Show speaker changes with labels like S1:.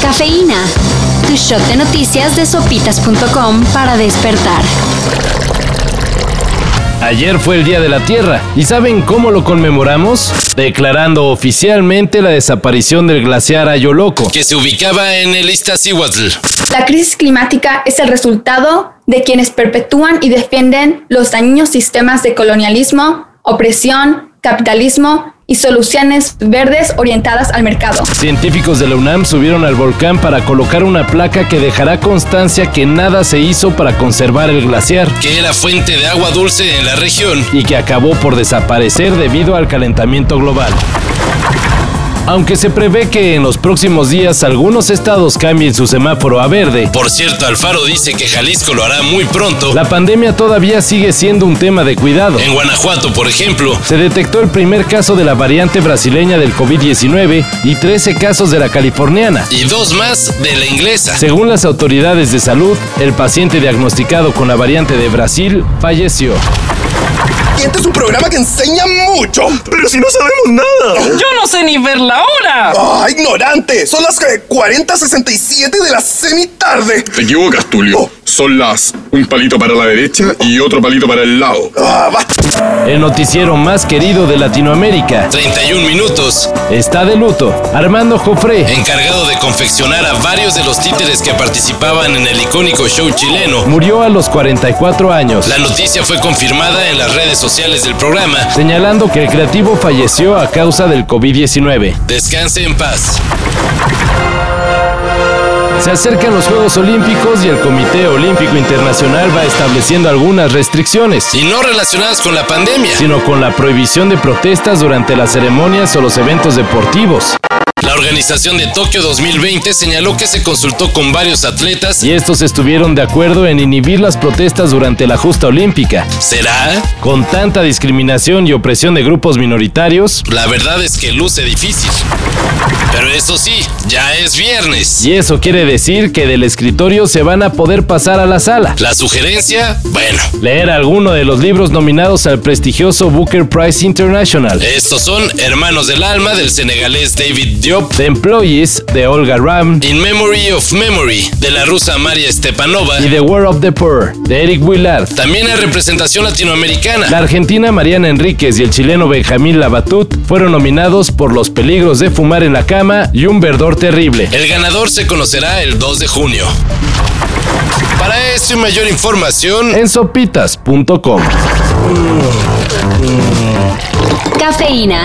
S1: Cafeína. Tu shot de noticias de sopitas.com para despertar.
S2: Ayer fue el Día de la Tierra y ¿saben cómo lo conmemoramos? Declarando oficialmente la desaparición del glaciar Ayoloco, que se ubicaba en el Iztaccíhuatl.
S3: La crisis climática es el resultado de quienes perpetúan y defienden los dañinos sistemas de colonialismo, opresión, capitalismo y soluciones verdes orientadas al mercado.
S2: Científicos de la UNAM subieron al volcán para colocar una placa que dejará constancia que nada se hizo para conservar el glaciar, que era fuente de agua dulce en la región y que acabó por desaparecer debido al calentamiento global. Aunque se prevé que en los próximos días algunos estados cambien su semáforo a verde. Por cierto, Alfaro dice que Jalisco lo hará muy pronto. La pandemia todavía sigue siendo un tema de cuidado. En Guanajuato, por ejemplo, se detectó el primer caso de la variante brasileña del COVID-19 y 13 casos de la californiana. Y dos más de la inglesa. Según las autoridades de salud, el paciente diagnosticado con la variante de Brasil falleció.
S4: Este es un programa que enseña mucho, pero si no sabemos nada.
S5: Yo no sé ni ver la hora.
S4: ¡Ah, ignorante! Son las eh, 40.67 de la semitarde. Oh.
S6: Te equivocas, Tulio. Son las un palito para la derecha y otro palito para el lado.
S4: Ah, basta.
S2: El noticiero más querido de Latinoamérica. 31 minutos. Está de luto. Armando Jofré. Encargado de confeccionar a varios de los títeres que participaban en el icónico show chileno. Murió a los 44 años. La noticia fue confirmada en las redes sociales del programa. Señalando que el creativo falleció a causa del COVID-19. Descanse en paz. Se acercan los Juegos Olímpicos y el Comité Olímpico Internacional va estableciendo algunas restricciones. Y no relacionadas con la pandemia, sino con la prohibición de protestas durante las ceremonias o los eventos deportivos. La organización de Tokio 2020 señaló que se consultó con varios atletas y estos estuvieron de acuerdo en inhibir las protestas durante la justa olímpica. ¿Será? Con tanta discriminación y opresión de grupos minoritarios, la verdad es que luce difícil. Pero eso sí, ya es viernes. Y eso quiere decir que del escritorio se van a poder pasar a la sala. La sugerencia, bueno, leer alguno de los libros nominados al prestigioso Booker Prize International. Estos son Hermanos del Alma del senegalés David Diop, The Employees de Olga Ram, In Memory of Memory de la rusa Maria Stepanova y The War of the Poor de Eric Willard. También hay representación latinoamericana. La argentina Mariana Enríquez y el chileno Benjamín Labatut fueron nominados por Los peligros de fumar en la cama y un verdor terrible. El ganador se conocerá el 2 de junio. Para eso y mayor información en sopitas.com.
S1: Cafeína.